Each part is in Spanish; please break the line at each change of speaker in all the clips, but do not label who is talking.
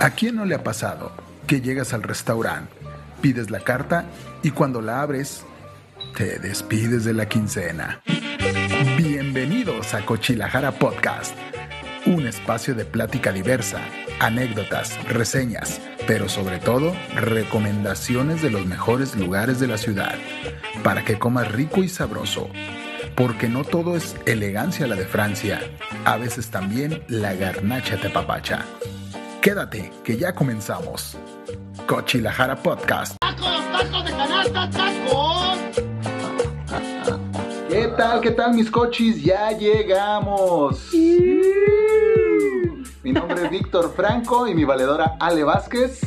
¿A quién no le ha pasado que llegas al restaurante, pides la carta y cuando la abres, te despides de la quincena? Bienvenidos a Cochilajara Podcast, un espacio de plática diversa, anécdotas, reseñas, pero sobre todo recomendaciones de los mejores lugares de la ciudad, para que comas rico y sabroso. Porque no todo es elegancia la de Francia, a veces también la garnacha te papacha. Quédate, que ya comenzamos. Cochilajara Podcast.
¡Tacos, tacos de canasta, tacos!
¿Qué tal, qué tal, mis cochis? Ya llegamos.
Mm.
Mi nombre es Víctor Franco y mi valedora Ale Vázquez.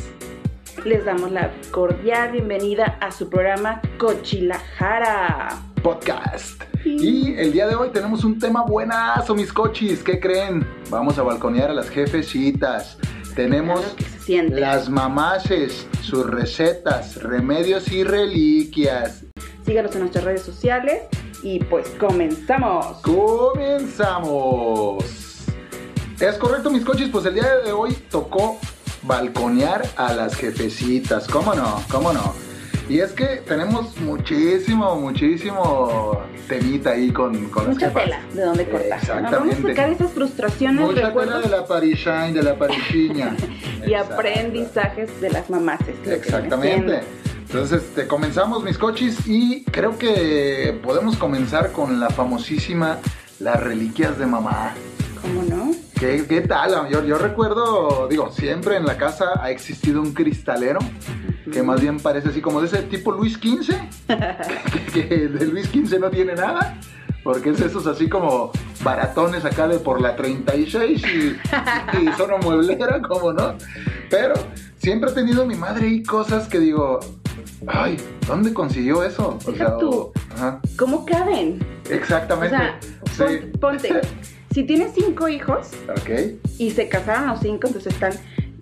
Les damos la cordial bienvenida a su programa Cochilajara.
Podcast. Y el día de hoy tenemos un tema buenazo, mis cochis. ¿Qué creen? Vamos a balconear a las jefecitas. Tenemos
Claro que se siente.
las mamaces, sus recetas, remedios y reliquias.
Síganos en nuestras redes sociales y pues comenzamos.
Comenzamos. Es correcto, mis cochis. Pues el día de hoy tocó balconear a las jefecitas. ¿Cómo no? ¿Cómo no? Y es que tenemos muchísimo, muchísimo temita ahí con, con las
Mucha
jefas.
tela de dónde cortar.
Exactamente.
Vamos a sacar esas frustraciones,
Mucha tela
recuerdos
de la parishine, de la parishiña.
y
Exacto.
aprendizajes de las mamaces. lo que
Exactamente.
viene
Entonces, este, comenzamos mis coches y creo que podemos comenzar con la famosísima Las Reliquias de Mamá.
siendo. ¿Cómo no?
¿Qué, qué tal? Yo, yo recuerdo, digo, siempre en la casa ha existido un cristalero que
Mm.
más bien parece así como de ese tipo Luis XV, que, que de Luis XV no tiene nada, porque es esos así como baratones acá de por la 36 y, y zona mueblera, como no. Pero siempre he tenido mi madre y cosas que digo, ay, ¿dónde consiguió eso?
Deja tú.
o- ajá,
¿Cómo caben? O
exactamente.
sea,
sí.
pon- ponte. Si tienes cinco hijos
ok.
y se casaron los cinco, entonces están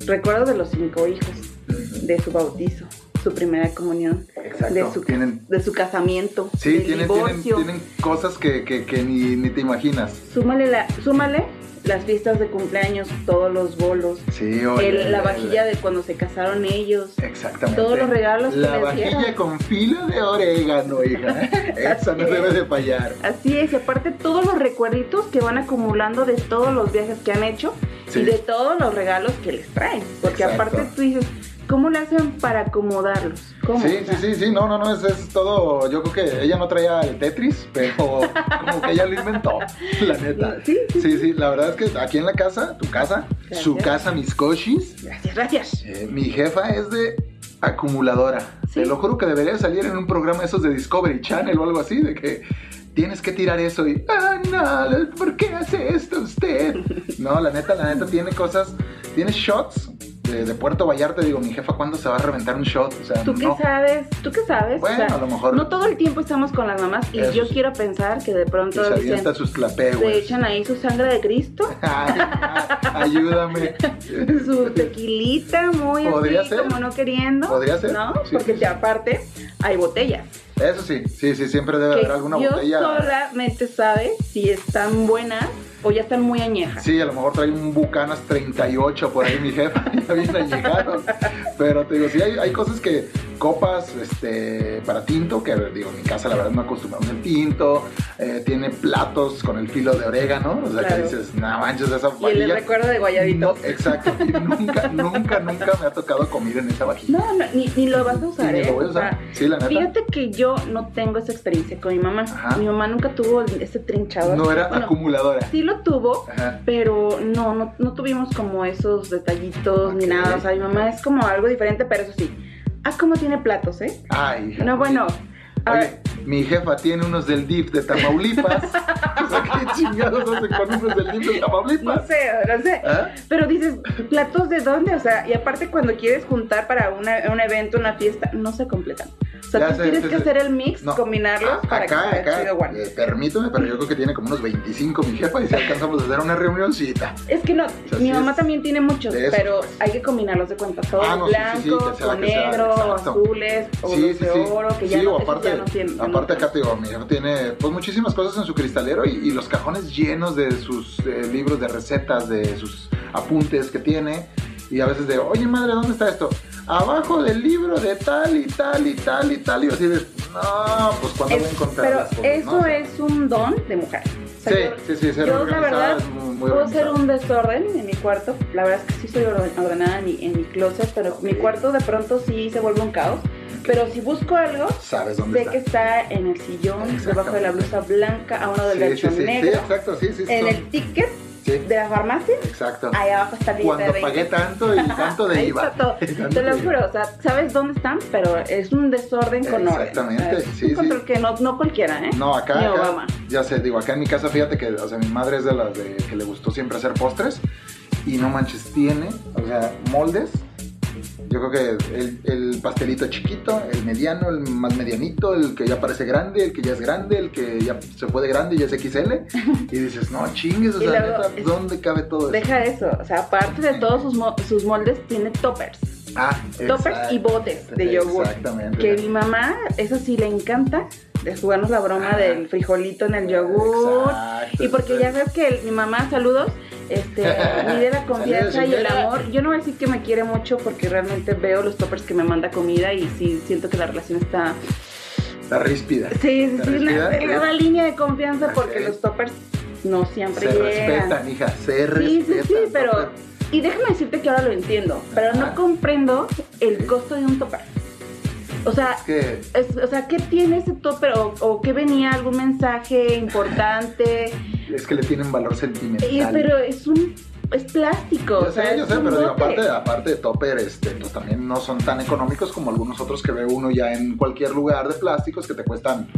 recuerdos de los cinco hijos, de su bautizo, su primera comunión,
Exacto,
de, su,
tienen-
de su casamiento,
Sí,
del
tienen, tienen,
divorcio.
tienen cosas que, que- que ni, ni te imaginas.
Súmale, la- súmale las fiestas de cumpleaños, todos los bolos,
Sí, oye,
el- la vajilla de cuando se casaron ellos.
Exactamente.
todos los regalos que
La
les
vajilla
dieron.
con filo de orégano, hija. Esa no
Así
debe
es.
de fallar.
Así es, y aparte todos los recuerditos que van acumulando de todos los viajes que han hecho
Sí.
y de todos los regalos que les traen. Porque
Exacto.
aparte tú dices, ¿cómo le hacen para acomodarlos? ¿Cómo?
Sí,
O
sí,
sea,
sí, sí, no, no, no, es, es todo, yo creo que ella no traía el Tetris, pero como que ella lo inventó, la neta.
Sí, sí,
sí, la verdad es que aquí en la casa, tu casa,
Gracias.
su casa, mis coshis,
Gracias, gracias.
Eh, mi jefa es de acumuladora.
Sí.
Te lo juro que debería salir en un programa esos de Discovery Channel o algo así, de que tienes que tirar eso y, ah, no, ¿por qué hace esto usted? No, la neta, la neta tiene cosas, tiene shots de, de Puerto Vallarta. Digo, mi jefa, ¿cuándo se va a reventar un shot? O sea,
¿Tú qué
no.
sabes? ¿Tú qué sabes?
Bueno, a lo mejor-
No todo el tiempo estamos con las mamás y
Eso
yo
sí.
quiero pensar que de
Y
pronto
se
dicen,
avienta sus
se
clapeos.
echan ahí su sangre de Cristo,
Ah, ayúdame.
su tequilita muy
Podría
así,
ser.
como no queriendo.
Podría ser.
¿No?
Sí,
Porque
sí,
te-
sí.
aparte hay botellas.
Eso sí, sí, sí, siempre debe
que
haber alguna
Dios
botella.
solamente sabe si están buenas o ya están muy añejas.
Sí, a lo mejor trae un Bucanas 38 por ahí mi jefa, ya bien llegaron. Pero te digo, sí, hay, hay cosas que, copas este, para tinto, que digo, en mi casa la verdad no acostumbramos el tinto, eh, tiene platos con el filo de orégano, o sea que
Claro.
dices, no manches, esa
Y el
vajilla".
recuerdo de
No,
guayabito.
exacto, y nunca, nunca, nunca me ha tocado comer en esa vajilla.
No, no, ni, ni lo vas a usar,
Sí,
¿eh?
lo voy a
O
usar.
sea,
Sí, la neta.
Fíjate que yo no tengo esa experiencia con mi mamá.
Ajá.
Mi mamá nunca tuvo ese trinchador.
No era
Bueno,
acumuladora.
Sí lo tuvo,
Ajá.
pero no, no, no tuvimos como esos detallitos ni
Ok.
nada. O sea, mi mamá es como algo diferente, pero eso sí. Ah, cómo tiene platos, ¿eh?
Ay, hija,
No, bueno. A
Oye,
ver,
mi jefa tiene unos del DIF de Tamaulipas. o sea, ¿qué chingados hace con unos del DIF de
no
Tamaulipas?
sé, no sé.
¿Ah?
Pero dices, ¿platos de dónde? O sea, y aparte cuando quieres juntar para una- un evento, una fiesta, no se completan. O sea,
Ya
tú
sé,
tienes
sí,
que
sí.
hacer el mix,
No.
combinarlos
Ah,
para
acá,
que sea
acá.
chido guau.
eh, permíteme, pero yo creo que tiene como unos 25 mi jefa y si alcanzamos a hacer una reunioncita.
Es que no,
sea,
mi
sí
mamá
es
también tiene muchos,
de esos,
pero
pues.
hay que combinarlos de cuenta. Todos
Ah, no, sí, sí, sí,
blancos,
que sea,
con
que sea,
negro,
exacto.
azules, o los de oro, que ya
Sí,
no,
o
esos
aparte,
ya no tienen- ya no
aparte
tienen.
acá te digo, mi jefa tiene pues muchísimas cosas en su cristalero y, y los cajones llenos de sus eh, libros de recetas, de sus apuntes que tiene. Y a veces de, oye madre, ¿dónde está esto? Abajo del libro de tal y tal y tal y tal. Y así de, no, pues cuando voy a
Es-
encontrar
pero
las fotos,
eso
¿no? O sea,
es un don de mujer. O sea,
Sí,
yo-
sí, sí, ser
Yo, la
organizada
verdad,
es muy- muy
puedo hacer
organizada.
un desorden en mi cuarto. La verdad es que sí soy orden- ordenada en mi, en mi closet, pero mi cuarto de pronto sí se vuelve un caos. Pero si busco algo,
Sabes dónde
sé
está.
que está en el sillón,
Exactamente.
debajo de la blusa blanca, a uno del
Sí, sí,
gancho
sí, sí,
negro,
exacto, sí, sí,
en
son-
el ticket
sí,
de la farmacia.
exacto.
Ahí abajo está el billete
Cuando
de 20.
pagué tanto y tanto de
Ahí
IVA.
está todo.
Tanto
Te
de
lo
IVA.
juro, o sea, sabes dónde están, pero es un desorden con orden.
Exactamente,
O sea, es
sí,
un
sí.
control que no, no cualquiera, ¿eh?
No, acá,
Ni
acá,
Obama.
ya sé, digo, acá en mi casa, fíjate que, o sea, mi madre es de las de, que le gustó siempre hacer postres y no manches, tiene, o sea, moldes. Yo creo que el, el pastelito chiquito, el mediano, el más medianito, el que ya parece grande, el que ya es grande, el que ya se puede grande, ya es XL. Y dices, no, chingues, o
Y
sea,
luego,
neta, ¿dónde cabe todo eso?
Deja eso, o sea, aparte de todos sus, mo- sus moldes, tiene toppers.
Ah,
Toppers y
exacto.
botes de yogur.
Exactamente.
Que mi mamá, eso sí le encanta, de jugarnos la broma
Ah.
del frijolito en el yogur.
Exacto,
Y porque ya
exacto.
ves que el- mi mamá, saludos, este, mide la confianza
Saludos,
y el
señora.
amor. Yo no voy a decir que me quiere mucho porque realmente veo los toppers que me manda comida y sí siento que la relación está.
Está ríspida.
Sí, sí,
Está
sí, una
ríspida,
delgada línea de confianza porque
Ok.
los toppers no siempre
Se
llegan.
respetan, hija, se
Sí, sí,
respetan.
sí,
no
pero.
te-
Y déjame decirte que ahora lo entiendo, pero no
Ajá.
comprendo el
Ok.
costo de un topper. O sea,
Es que
es- o sea, ¿qué tiene ese topper? ¿O, o qué venía? ¿Algún mensaje importante?
Es que le tienen valor sentimental.
Y- Eh, pero es un. Es plástico.
yo
o sea,
sé, yo
es
sé,
un
pero digo,
bote.
aparte, aparte de topper, este, pues también no son tan económicos como algunos otros que ve uno ya en cualquier lugar de plásticos que te cuestan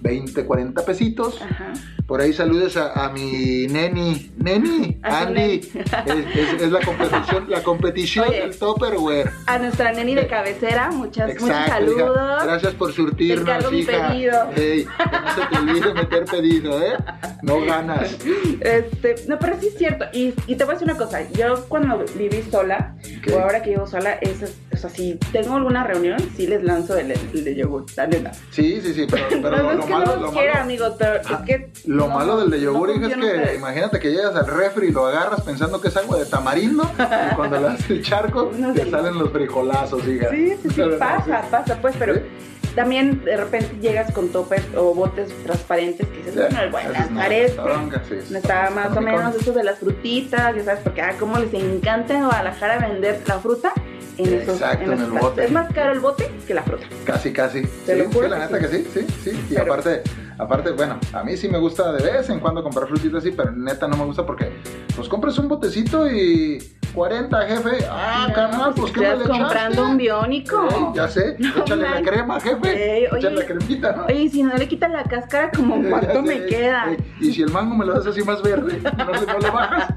20, 40 pesitos.
Ajá.
Por ahí saludes a, a mi neni, neni,
A su
Andy. Es, es- es la competición, la competición
Oye.
del topperware.
A nuestra neni de cabecera, muchas, muchos
hija.
saludos.
Eh, Gracias por
Te encargo
surtirnos,
mi
hija.
pedido.
Ey, que no se te olvide meter pedido, ¿eh? No ganas.
Este, no, pero sí es cierto. Y, y te voy a decir una cosa. Yo cuando viví sola,
Ok.
o ahora que vivo sola, es, o sea, si tengo alguna reunión, sí les lanzo el, el de yogur, la neta.
Sí, sí, sí, pero, pero lo, lo
no, no Pues es que
malo,
no
lo
los
malo.
quiera, amigos, pero
Ah,
es que...
Lo
no, pues.
malo del de yogur,
no
hija, es
confío en
que
ustedes.
imagínate que llegas al refri y lo agarras pensando que es agua de tamarindo y cuando le das el charco
No
te
sé.
salen los frijolazos, hija.
Sí, sí, sí,
Pero no,
pasa,
sí.
pasa, pues, pero...
Sí.
También de repente llegas con toppers o botes transparentes que dices,
Sí,
bueno, el
ese es
bueno,
no,
parece.
está bronca, sí,
pues.
está-
No estaba
está
más o
bonito.
menos eso de las frutitas, ya sabes, porque ah, cómo les encanta en Guadalajara vender la fruta en esos
Exacto,
en
en
esos
el
platos.
bote.
Es más caro el bote que la fruta.
Casi, casi.
Te
sí,
lo juro
sí, la
que
neta que sí, sí, sí. Y
Pero-
aparte, aparte, bueno, a mí sí me gusta de vez en cuando comprar frutitas así, pero neta no me gusta porque pues compras un botecito y 40, jefe. Ah, carnal, pues qué me
Estás
le echaste?
comprando un biónico.
Ey, ya sé,
No
échale
manches.
la crema, jefe.
Ey, oye.
échale la cremita, ¿no?
Oye, y si no le quitan la cáscara, ¿como cuánto
Ya
me
sé,
queda?
ey, Y si el mango me lo das así más verde, no le, no le bajas.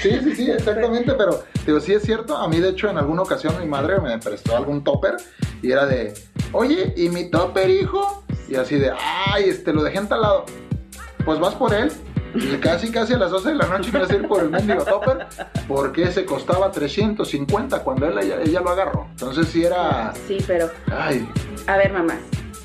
Sí, sí, sí, exactamente, pero digo, sí es cierto, a mí de hecho en alguna ocasión mi madre me prestó algún topper y era de, oye, ¿y mi topper, hijo? Y así de, ay, este, lo dejé entalado. Pues vas por él. Y casi, casi a las 12 de la noche me vas a ir por el mendigo topper porque ese costaba 350 cuando él, ella, ella lo agarró. Entonces sí era...
Sí, pero
Ay,
a ver, mamás.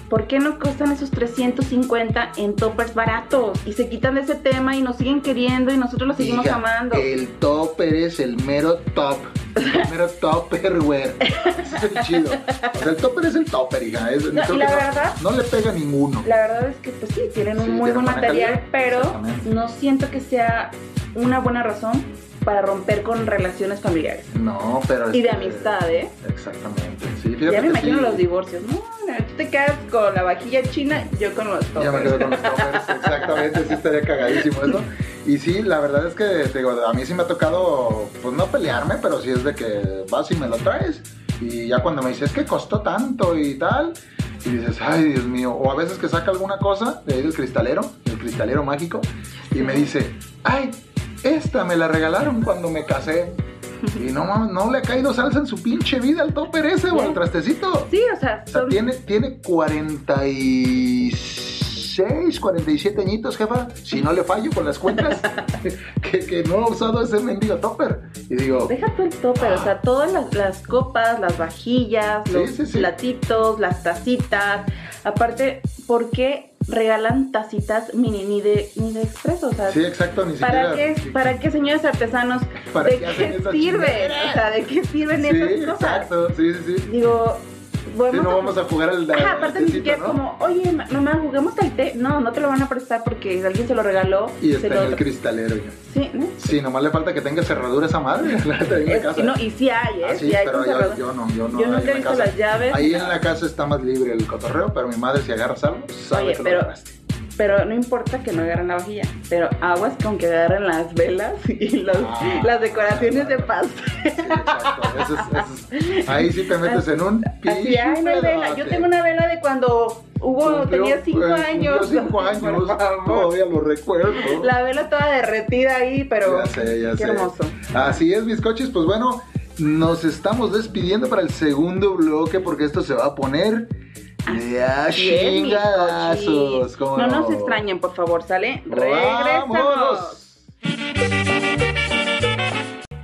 ¿Por qué no cuestan esos 350 en toppers baratos? Y se quitan de ese tema y nos siguen queriendo y nosotros los seguimos
Hija,
amando.
El topper es el mero top. El mero topperware. Ese es el chido. O sea, el topper es el topper, hija. Es-
No,
creo
y
que
la verdad-
no le pega a ninguno.
La verdad es que pues sí, tienen un
Sí, tienen
muy buen
buena
material,
calidad.
pero
Exactamente.
no siento que sea una buena razón para romper con relaciones familiares
No, pero.
y de
este,
amistad, ¿eh?
Exactamente. Sí, fíjate
Ya me
que
imagino
sí.
los divorcios. No, no, tú te quedas con la vajilla china, yo con los
Ya me
toppers.
quedo con los toppers, exactamente, sí estaría cagadísimo eso. Y sí, la verdad es que, te digo, a mí sí me ha tocado, pues no pelearme, pero sí es de que vas y me lo traes. Y ya cuando me dices, que costó tanto y tal, y dices, ay, Dios mío. O a veces que saca alguna cosa de ahí del cristalero, el cristalero mágico, y me dice, ay, esta me la regalaron cuando me casé. Y no, mames, no le ha caído salsa en su pinche vida al topper ese o al trastecito.
Sí, o sea,
O sea,
son-
tiene, tiene 46, 47 añitos, jefa, si no le fallo con las cuentas, que, que no ha usado ese mendigo topper. Y digo,
deja tú el topper, o sea, todas las, las copas, las vajillas,
Sí,
los
sí, sí.
platitos, las tacitas. Aparte, ¿por qué regalan tacitas mini ni de, ni de expreso, o sea,
Sí, exacto, ni
¿Para
siquiera.
qué, ¿Para qué, señores artesanos?
¿Para
¿De
qué hacen
qué
esas
sirven?
chingaderas?
O sea, ¿de qué sirven
Sí,
esas cosas?
exacto, sí, sí, sí.
Digo,
Sí,
volvemos
no
a-
vamos a jugar al
Ajá,
al
aparte ni
tecito,
siquiera
¿no?
es como, oye, ma- mamá, juguemos al té. No, no te lo van a prestar porque alguien se lo regaló.
Y
se
está
lo...
en el cristalero. ya.
Sí, ¿no?
Sí, nomás le falta que tenga cerradura esa madre. la neta, ahí en la
Es-
casa.
no, y sí hay, ¿eh?
Ah, sí,
sí hay
pero yo,
conservadores.
yo no, yo no. ahí
Yo
en
nunca
la
he visto
casa.
las llaves.
Ahí en la casa está más libre el cotorreo, pero mi madre si agarras algo, sabe
Oye,
que
pero-
lo agarraste.
Pero no importa que no agarren la vajilla. Pero aguas con que agarren las velas y los-
Ah.
las decoraciones de pasta.
Sí, exacto. Eso es- eso es- Ahí sí te metes en un
Así, ay, no hay vela. Yo tengo una vela de cuando Hugo tenía 5 años.
Pues Yo 5 años,
Por favor.
todavía lo recuerdo.
La vela toda derretida ahí, pero
Ya sé, ya
qué
sé.
hermoso.
Así es, mis coches. Pues bueno, nos estamos despidiendo para el segundo bloque porque esto se va a poner de a
Bien, mis
chingadazos.
cochis.
¿cómo
No nos extrañen, por favor, ¿sale? Regresamos.
¡Vámonos!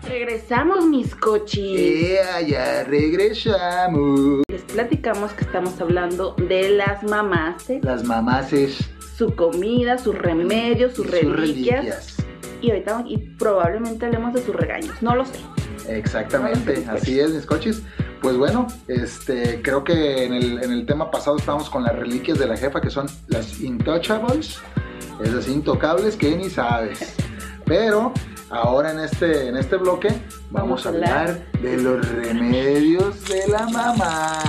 Regresamos, mis cochis.
¡Ea, ya regresamos!
Les platicamos que estamos hablando de las mamás, ¿eh?
Las mamases.
su comida, sus remedios, sus,
y
reliquias. Y ahorita y probablemente hablemos de sus regaños. No lo sé.
Exactamente,
Vamos a los
así es, mis coches. Pues bueno, este, creo que en el, en el tema pasado estábamos con las reliquias de la jefa, que son las intouchables, esas intocables que ni sabes. Pero ahora en este, en este bloque vamos,
Vamos
a
a
hablar de los remedios de la mamá.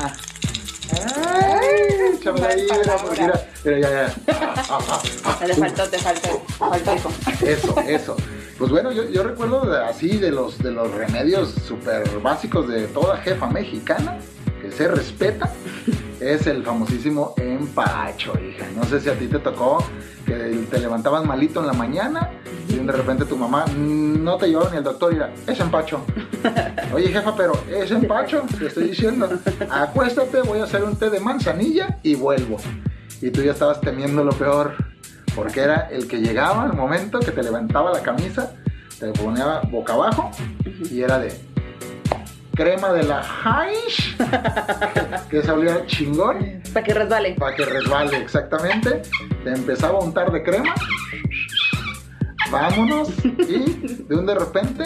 Ay, échamela ahí,
Mal
mira,
palabra.
mira, mira, ya, ya.
Te faltó, te faltó, faltó hijo.
Eso, eso. Pues bueno, yo, yo recuerdo de- así de los, de los remedios súper básicos de toda jefa mexicana, que se respeta, es el famosísimo empacho, hija. No sé si a ti te tocó que te levantabas malito en la mañana y de repente tu mamá "Mm, no te llevaba ni el doctor y era, es empacho. Oye jefa, pero es empacho, te estoy diciendo. Acuéstate, voy a hacer un té de manzanilla y vuelvo. Y tú ya estabas temiendo lo peor, porque era el que llegaba al momento que te levantaba la camisa, te ponía boca abajo y era de crema de la Heinz, que sabía chingón
Para que resbale.
para que resbale exactamente. Te empezaba a untar de crema. Vámonos. Y de un de repente,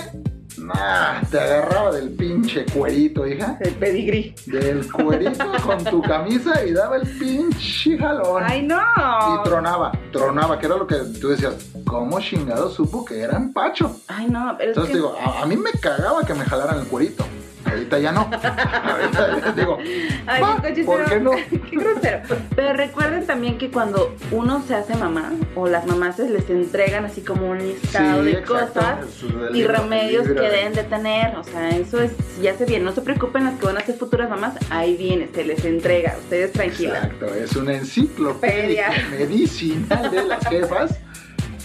nah, te agarraba del pinche cuerito, hija.
El pedigrí.
Del cuerito con tu camisa y daba el pinche jalón.
¡Ay, no! Oh.
Y tronaba, tronaba, que era lo que tú decías, ¿cómo chingado supo que era empacho?
Ay, no, pero
Entonces
es que...
digo, a, a mí me cagaba que me jalaran el cuerito. Ahorita ya no. Ahorita digo,
Ay,
"Va,
mis
"Ah,
cochis,
¿por
pero-
qué no?
qué grosero. Pero recuerden también que cuando uno se hace mamá o las mamás se les entregan así como un listado
Sí,
de
exacto,
cosas
su- del
y
libro,
remedios
libro.
que deben de tener. O sea, eso es, ya se viene. No se preocupen las que van a ser futuras mamás, ahí viene, se les entrega. Ustedes tranquilas.
Exacto, es una enciclopedia
Pedia.
medicinal de las jefas.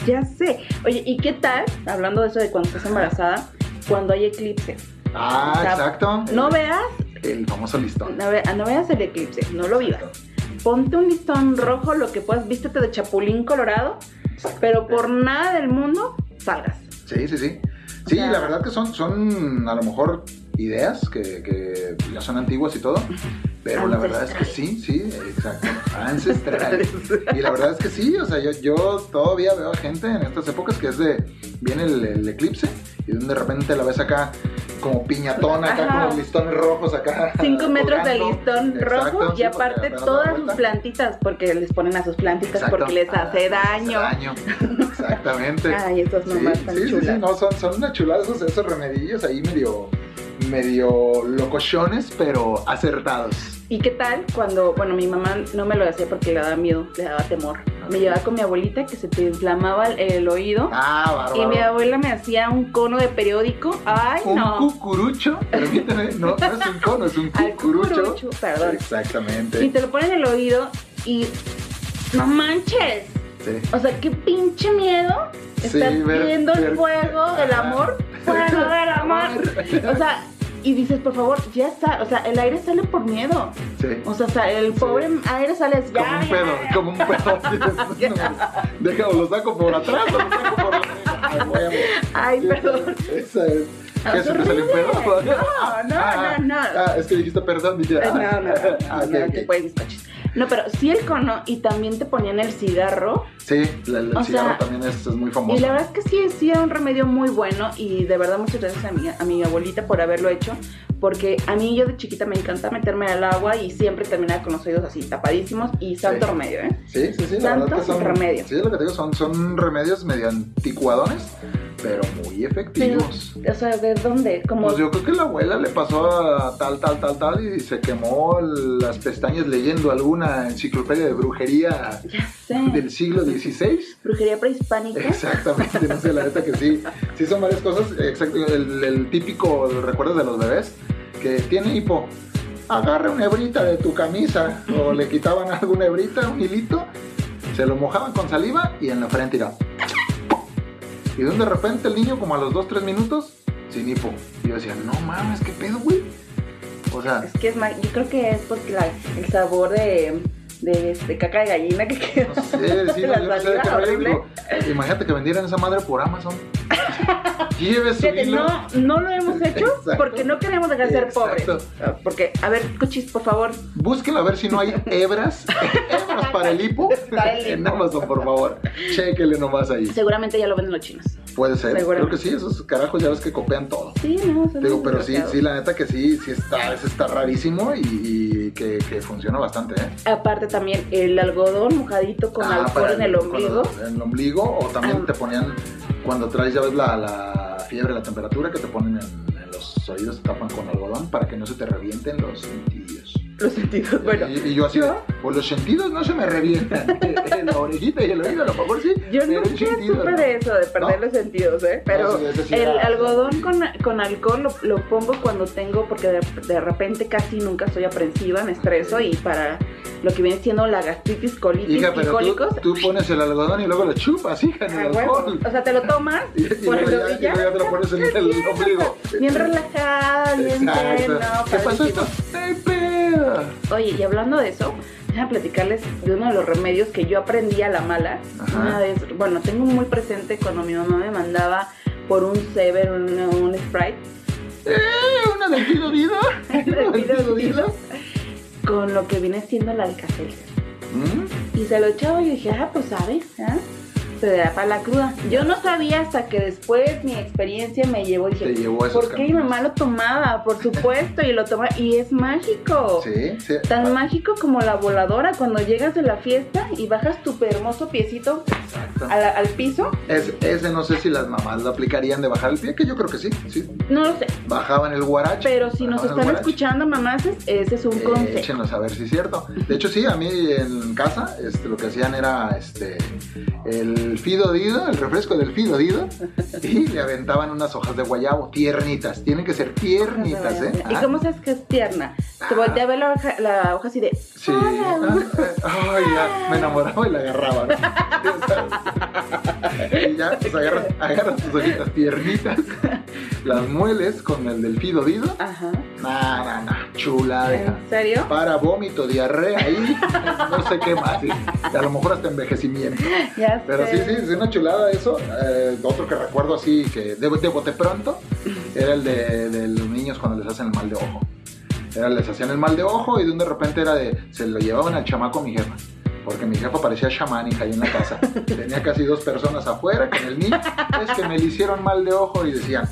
Ya sé. Oye, ¿y qué tal? Hablando de eso de cuando estás embarazada, cuando hay eclipses.
Ah,
O sea,
exacto.
No veas,
El famoso listón.
no, ve- no veas el eclipse, no lo vivas. Ponte un listón rojo, lo que puedas, vístete de chapulín colorado, pero por nada del mundo salgas.
Sí, sí, sí.
O
Sí,
sea-
la verdad que son, son a lo mejor ideas que, que ya son antiguas y todo, pero la verdad es que sí, sí, exacto, ancestrales. Y la verdad es que sí, o sea, yo, yo todavía veo gente en estas épocas que es de, viene el, el eclipse y de repente la ves acá como piñatona, acá
Ajá.
con los listones rojos, acá.
5 metros de
colgando.
listón
Exacto,
rojo
sí,
y
porque
aparte
apenas da
todas
vuelta.
sus plantitas, porque les ponen a sus plantitas
Exacto.
porque les
Ah,
hace
les
daño. Ah,
Exactamente.
Ay, esas
Sí,
mamás tan
sí, sí, sí,
chulas.
no, son, son una chulada esos, esos remedillos ahí medio, medio locochones, pero acertados.
¿Y qué tal cuando, bueno, mi mamá no me lo hacía porque le daba miedo, le daba temor? Me llevaba con mi abuelita que se te inflamaba el, el oído
Ah,
y
bárbaro.
mi abuela me hacía un cono de periódico. Ay,
un
no.
cucurucho, permíteme, no, no es un cono, es un
Al
cucurucho.
cucurucho, perdón.
Exactamente.
Y te lo ponen en el oído y no manches.
Sí.
O sea, qué pinche miedo.
Sí,
Estás
ver-
viendo
ver-
el fuego del
Ajá.
amor, fuego del amor. O sea, y dices, por favor, ya está. O sea, el aire sale por miedo.
Sí.
O sea, sa- el
Sí.
pobre aire sale ya,
Como un
ya,
pedo,
ya.
como un pedo. Déjalo, lo saco por atrás, o lo saco por Ay, huevo.
Ay, perdón.
Esa es.
Ah,
¿Qué, siempre salió un pedo?
horrible. No, no,
Ah,
no, no.
Ah, es que dijiste perdón, dije.
Ay, No, no, no,
Ah,
no,
ok,
no,
ok.
que pueden mis coches. No, pero sí el cono y también te ponían el cigarro.
Sí, el, el
O
cigarro
sea,
también es, es muy
Y
famoso.
la verdad es que sí, sí era un remedio muy bueno y de verdad muchas gracias a mi, a mi abuelita por haberlo hecho, porque a mí yo de chiquita me encanta meterme al agua y siempre terminaba con los oídos así tapadísimos y santo
Sí.
remedio, ¿eh?
Sí, sí, sí, la verdad que
Santos
son
remedios.
Sí, lo que te digo, son, son remedios medio anticuadones, pero muy efectivos.
O sea, ¿de dónde? Como...
Pues yo creo que la abuela le pasó a tal, tal, tal, tal y se quemó las pestañas leyendo alguna enciclopedia de brujería
Ya sé.
del siglo XVI.
Brujería prehispánica.
Exactamente, no sé, la neta que sí. Sí son varias cosas. Exacto, el, el típico recuerdo de los bebés que tiene hipo. Agarra una hebrita de tu camisa o le quitaban alguna hebrita, un hilito, se lo mojaban con saliva y en la frente iba. Y de un de repente el niño como a los 2-3 minutos sin hipo. Y yo decía, no mames, qué pedo, güey. O sea,
Es que es más, yo creo que es porque la- el sabor de, de este, caca de gallina que quedó.
no sé, sí, no,
La
yo no sé de qué
saliva
rollo,
horrible.
digo, Imagínate que vendieran esa madre por Amazon. Lleve su
Fíjate,
hilo.
no, no lo hemos hecho
Exacto.
porque no queremos dejar de ser pobres. Ah,
Exacto.
Porque, a ver, Cuchis, por favor,
Búsquenlo a ver si no hay hebras. hebras para el hipo.
Para el hipo.
En Amazon, por favor. Chequenle nomás ahí.
seguramente ya lo venden los chinos.
Puede ser.
Seguramente.
Creo que sí, esos carajos ya ves que copian todo.
Sí, no, son
Digo, pero sí,
desgraciados.
sí, la neta que sí, sí está, sí está rarísimo y, y que, que funciona bastante, ¿eh?
Aparte también el algodón mojadito con
Ah,
alcohol
para
en el
con
ombligo.
En el ombligo, o también
Ah.
te ponían, cuando traes, ya ves, la, la fiebre, la temperatura, que te ponen en, en los oídos, te tapan con algodón para que no se te revienten los sentidos.
Los sentidos, bueno.
y, y yo así, de, o los sentidos no se me revientan. la orejita y el oído, a lo mejor sí.
Yo
pero el
nunca
sentido
supe
no.
de eso, de perder
No.
los sentidos, ¿eh? Pero
sí, eso sí
el
era-
algodón con, con alcohol lo, lo pongo cuando tengo, porque de, de repente casi nunca soy aprensiva, me estreso y para lo que viene siendo la gastritis, colitis
Hija,
y
pero tú,
cólicos.
tú pones el algodón y luego lo chupas, hija, en
ah,
el
huevo.
alcohol.
O sea, te lo tomas
Y, y
por
luego
el
ya, y
orilla,
luego ya te lo pones en el ombligo.
Bien relajada, bien
Exacto.
plena,
¿Qué pasó esto?
padrísimo.
¡Ay, pedo!
Oye, y hablando de eso, voy a platicarles de uno de los remedios que yo aprendí a la mala.
Ajá.
Una vez, bueno, tengo muy presente cuando mi mamá me mandaba por un Sever, un, un Sprite,
¡Eh! ¡Una del Pido Dido!
Del Pido Dido. con lo que viene siendo el Alcacelser.
¿Mm?
Y se lo echaba y yo dije, ah, pues sabes, ¿ah? Pero era para la cruda. Yo no sabía hasta que después mi experiencia me llevó y
Te
dije,
llevó a esos
¿por qué mi
caminos.
mamá lo tomaba? Por supuesto, y lo tomaba. Y es mágico.
Sí, sí.
Tan mágico como la voladora cuando llegas de la fiesta y bajas tu hermoso piecito
Exacto.
a la- al piso.
Es- ese no sé si las mamás lo aplicarían de bajar el pie, que yo creo que sí, sí.
No lo sé,
Bajaban el guarache.
pero si
bajaban
nos
el
están
guarache.
escuchando mamaces, ese es un
Eh,
consejo.
échenos a ver si es cierto. De hecho, sí, a mí en casa este, lo que hacían era este, el Fido Dido, el refresco del Fido Dido, y le aventaban unas hojas de guayabo tiernitas. Tienen que ser tiernitas, ¿eh?
¿Y
Ah,
cómo sabes que es tierna? Te
Ah.
voltea a ver la hoja, la hoja así de...
Sí.
"Hola".
Ah, ay, ya, me enamoraba y la agarraba. ¿no? y ya, pues agarras, agarras tus hojitas tiernitas, las mueles con el del Fido Dido.
Ajá.
Nah, nah, nah, chula, deja.
¿En serio?
para vómito, diarrea ahí, no sé qué más, sí. a lo mejor hasta envejecimiento.
Ya
Pero sí,
sé.
sí, es una chulada eso. Eh, otro que recuerdo así, que de, de bote pronto, era el de, de los niños cuando les hacen el mal de ojo. Era, les hacían el mal de ojo y de un de repente era de, se lo llevaban al chamaco a mi jefa. Porque mi jefa parecía chamánica ahí en la casa. Tenía casi dos personas afuera con el niño. Es que me le hicieron mal de ojo y decían,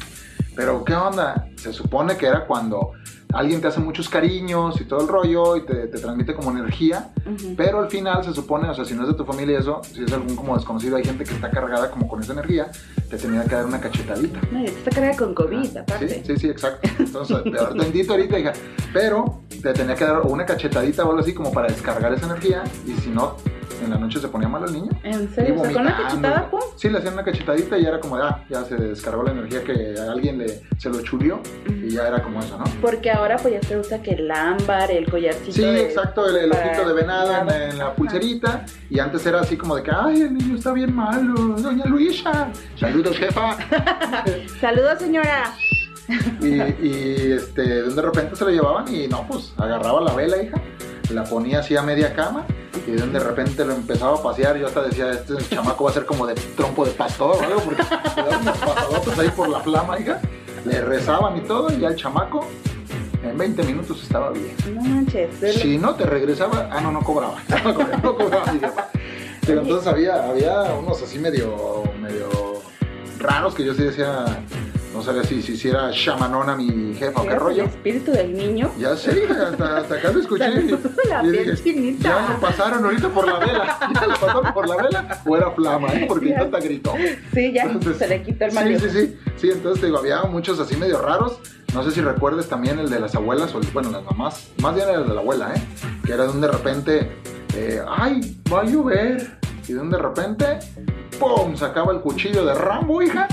pero ¿qué onda? Se supone que era cuando alguien te hace muchos cariños y todo el rollo y te, te transmite como energía.
Ujú.
Pero al final se supone, o sea, si no es de tu familia y eso, si es algún como desconocido, hay gente que está cargada como con esa energía, te tenía que dar una cachetadita.
No, y está cargada con COVID, aparte.
Ah, Sí, sí, sí, exacto. Entonces, te ahorita bendito ahorita, hija. Pero te tenía que dar una cachetadita o algo así como para descargar esa energía y si no, en la noche se ponía mal el niño.
¿En
Y
serio? O sea, con una
vomitando.
cachetada, pum.
Sí, le hacían una cachetadita y era como, de, ah, ya se descargó la energía que a alguien le, se lo chulió y ya era como eso, ¿no?
Porque ahora pues ya se usa que el ámbar, el collarcito.
Sí,
de-
exacto, el, el
para-
ojito de venado en, en la pulserita. Y antes era así como de que, ay, el niño está bien malo, doña Luisa. Saludos, jefa.
Saludos, señora.
Y, y, este, de repente se lo llevaban y no, pues agarraba la vela, hija, la ponía así a media cama. Y de de repente lo empezaba a pasear, yo hasta decía, este chamaco va a ser como de trompo de pastor o algo, porque le daban unos pasadotes ahí por la flama, hija. Le rezaban y todo, y ya el chamaco En 20 minutos estaba bien.
No manches. de-
Si no te regresaba, ah, no, no cobraba. No cobraba, no cobraba, mi papá. Pero entonces había, había unos así medio, medio raros que yo sí decía, no sabía si, si hiciera chamanona mi jefa o qué
¿Es
rollo.
El espíritu del niño.
Ya sé, hasta, hasta acá lo escuché.
Se me puso la
Y
piel chinita.
Ya lo pasaron ahorita por la vela. Ya lo pasaron por la vela. O era flama, ¿eh? porque
Ya.
tanta gritó.
Sí, ya
Entonces,
se le quitó el
Sí,
manejo.
sí, sí. Sí, entonces te digo, había muchos así medio raros. No sé si recuerdes también el de las abuelas, o el- bueno, las mamás. Más bien era el de la abuela, ¿eh? Que era de un de repente, eh, ¡ay, va a llover! Y de un de repente, ¡pum! Sacaba el cuchillo de Rambo, hija,